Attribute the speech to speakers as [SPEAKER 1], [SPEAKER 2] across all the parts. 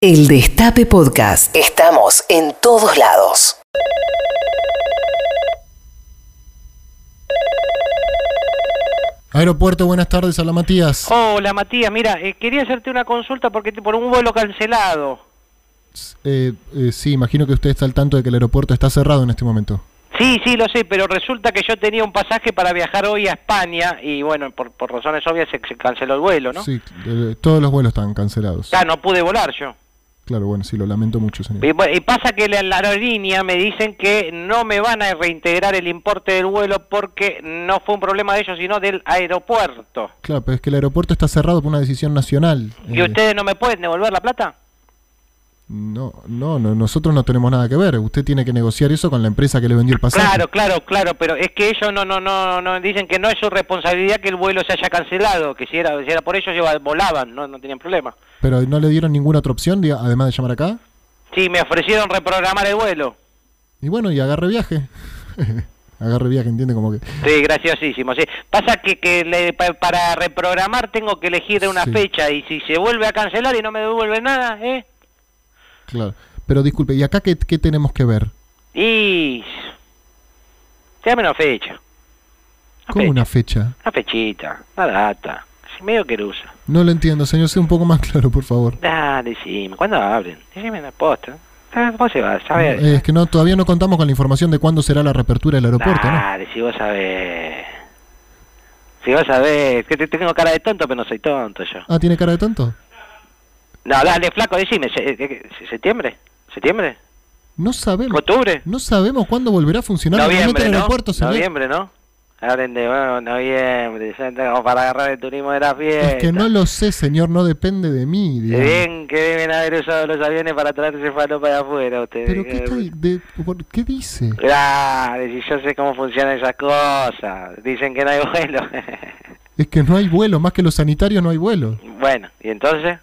[SPEAKER 1] El Destape Podcast. Estamos en todos lados.
[SPEAKER 2] Aeropuerto, buenas tardes, habla Matías.
[SPEAKER 3] Hola Matías, mira, eh, quería hacerte una consulta porque te- por un vuelo cancelado.
[SPEAKER 2] Eh, eh, sí, imagino que usted está al tanto de que el aeropuerto está cerrado en este momento.
[SPEAKER 3] Sí, sí, lo sé, pero resulta que yo tenía un pasaje para viajar hoy a España y bueno, por, por razones obvias se, se canceló el vuelo, ¿no?
[SPEAKER 2] Sí, eh, todos los vuelos están cancelados.
[SPEAKER 3] Ya no pude volar yo.
[SPEAKER 2] Claro, bueno, sí, lo lamento mucho,
[SPEAKER 3] Y,
[SPEAKER 2] señor.
[SPEAKER 3] bu- y pasa que la, la aerolínea me dicen que no me van a reintegrar el importe del vuelo porque no fue un problema de ellos, sino del aeropuerto.
[SPEAKER 2] Claro, pero es que el aeropuerto está cerrado por una decisión nacional.
[SPEAKER 3] ¿Y
[SPEAKER 2] Eh,
[SPEAKER 3] ustedes no me pueden devolver la plata?
[SPEAKER 2] No, no, no, nosotros no tenemos nada que ver. Usted tiene que negociar eso con la empresa que le vendió el pasaje.
[SPEAKER 3] Claro, claro, claro, pero es que ellos no, no, no, no dicen que no es su responsabilidad que el vuelo se haya cancelado, que si era, si era por ellos lleva- volaban, no, no tenían problema.
[SPEAKER 2] Pero no le dieron ninguna otra opción, diga- además de llamar acá.
[SPEAKER 3] Sí, me ofrecieron reprogramar el vuelo.
[SPEAKER 2] Y bueno, y agarre viaje. agarre viaje, entiende como que...
[SPEAKER 3] Sí, graciosísimo. Sí. Pasa que, que le- pa- para reprogramar tengo que elegir una
[SPEAKER 2] Sí.
[SPEAKER 3] fecha y si se vuelve a cancelar y no me devuelve nada, ¿eh?
[SPEAKER 2] Claro. Pero disculpe, ¿y acá qué, qué tenemos que ver?
[SPEAKER 3] Y... Dame una fecha,
[SPEAKER 2] ¿Cómo
[SPEAKER 3] fecha.
[SPEAKER 2] una fecha?
[SPEAKER 3] una fechita, una data, así medio querusa.
[SPEAKER 2] No lo entiendo, señor. Sea un poco más claro, por favor.
[SPEAKER 3] Dale, decime, ¿cuándo abren? Decime la posta. Ah, ¿Cómo se va? A ver.
[SPEAKER 2] Eh, es que no, todavía no contamos con la información de cuándo será la reapertura del aeropuerto, ¿no?
[SPEAKER 3] Dale, si vos sabés. Si vos sabés. Que te tengo cara de tonto, pero no soy tonto yo.
[SPEAKER 2] Ah, ¿tiene cara de tonto?
[SPEAKER 3] No, dale, flaco, decime. se- eh, eh, se- ¿Septiembre? ¿Septiembre?
[SPEAKER 2] No sabemos.
[SPEAKER 3] ¿Octubre?
[SPEAKER 2] No sabemos cuándo volverá a funcionar realmente
[SPEAKER 3] Noviembre,
[SPEAKER 2] el
[SPEAKER 3] ¿no?
[SPEAKER 2] aeropuerto, señor.
[SPEAKER 3] Noviembre, ¿no? Abren de bueno, noviembre. Ya estamos para agarrar el turismo de la fiesta.
[SPEAKER 2] Es que no lo sé, señor. No depende de mí.
[SPEAKER 3] Qué
[SPEAKER 2] digamos.
[SPEAKER 3] Bien que deben haber usado los aviones para traer ese falo para afuera ustedes. eh,
[SPEAKER 2] Pero ¿qué, está ahí? De- por- ¿qué dice?
[SPEAKER 3] Dale, si yo sé cómo funcionan esas cosas. Dicen que no hay vuelo.
[SPEAKER 2] Es que no hay vuelo. Más que los sanitarios no hay vuelo.
[SPEAKER 3] Bueno, ¿y entonces?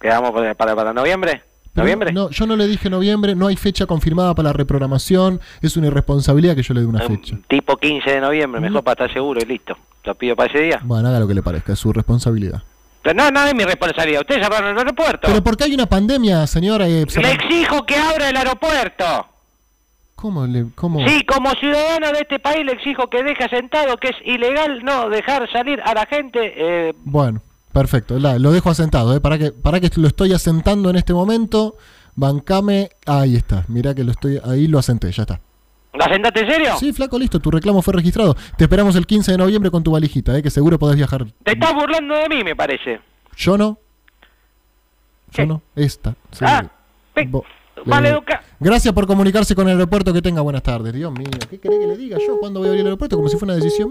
[SPEAKER 3] ¿Quedamos para, para, para noviembre?
[SPEAKER 2] Pero
[SPEAKER 3] ¿Noviembre?
[SPEAKER 2] No, yo no le dije noviembre. No hay fecha confirmada para la reprogramación. Es una irresponsabilidad que yo le dé una
[SPEAKER 3] Un
[SPEAKER 2] fecha.
[SPEAKER 3] Tipo 15 de noviembre, mejor para estar seguro y listo. Lo pido para ese día.
[SPEAKER 2] Bueno, haga lo que le parezca. Es su responsabilidad.
[SPEAKER 3] Pero no, no es mi responsabilidad. Ustedes cerraron el aeropuerto.
[SPEAKER 2] Pero porque hay una pandemia, señora. eh,
[SPEAKER 3] Le
[SPEAKER 2] cerra-
[SPEAKER 3] exijo que abra el aeropuerto.
[SPEAKER 2] ¿Cómo le.? Cómo?
[SPEAKER 3] Sí, como ciudadano de este país le exijo que deje sentado que es ilegal no dejar salir a la gente. eh,
[SPEAKER 2] Bueno, perfecto. la- lo dejo asentado, ¿eh? Para que, para que lo estoy asentando en este momento. Bancame. Ahí está. Mirá que lo estoy. Ahí lo asenté, ya está.
[SPEAKER 3] ¿La sentaste en serio?
[SPEAKER 2] Sí, flaco, listo. Tu reclamo fue registrado. Te esperamos el 15 de noviembre con tu valijita, ¿eh? Que seguro podés viajar.
[SPEAKER 3] Te estás burlando de mí, me parece.
[SPEAKER 2] Yo no. Yo
[SPEAKER 3] Sí.
[SPEAKER 2] no. Esta. sí.
[SPEAKER 3] Ah, pe-
[SPEAKER 2] Bo- eh,
[SPEAKER 3] vale,
[SPEAKER 2] le-
[SPEAKER 3] educa.
[SPEAKER 2] Gracias por comunicarse con el aeropuerto. Que tenga buenas tardes. Dios mío, ¿qué querés que le diga yo cuando voy a abrir el aeropuerto? Como si fuera una decisión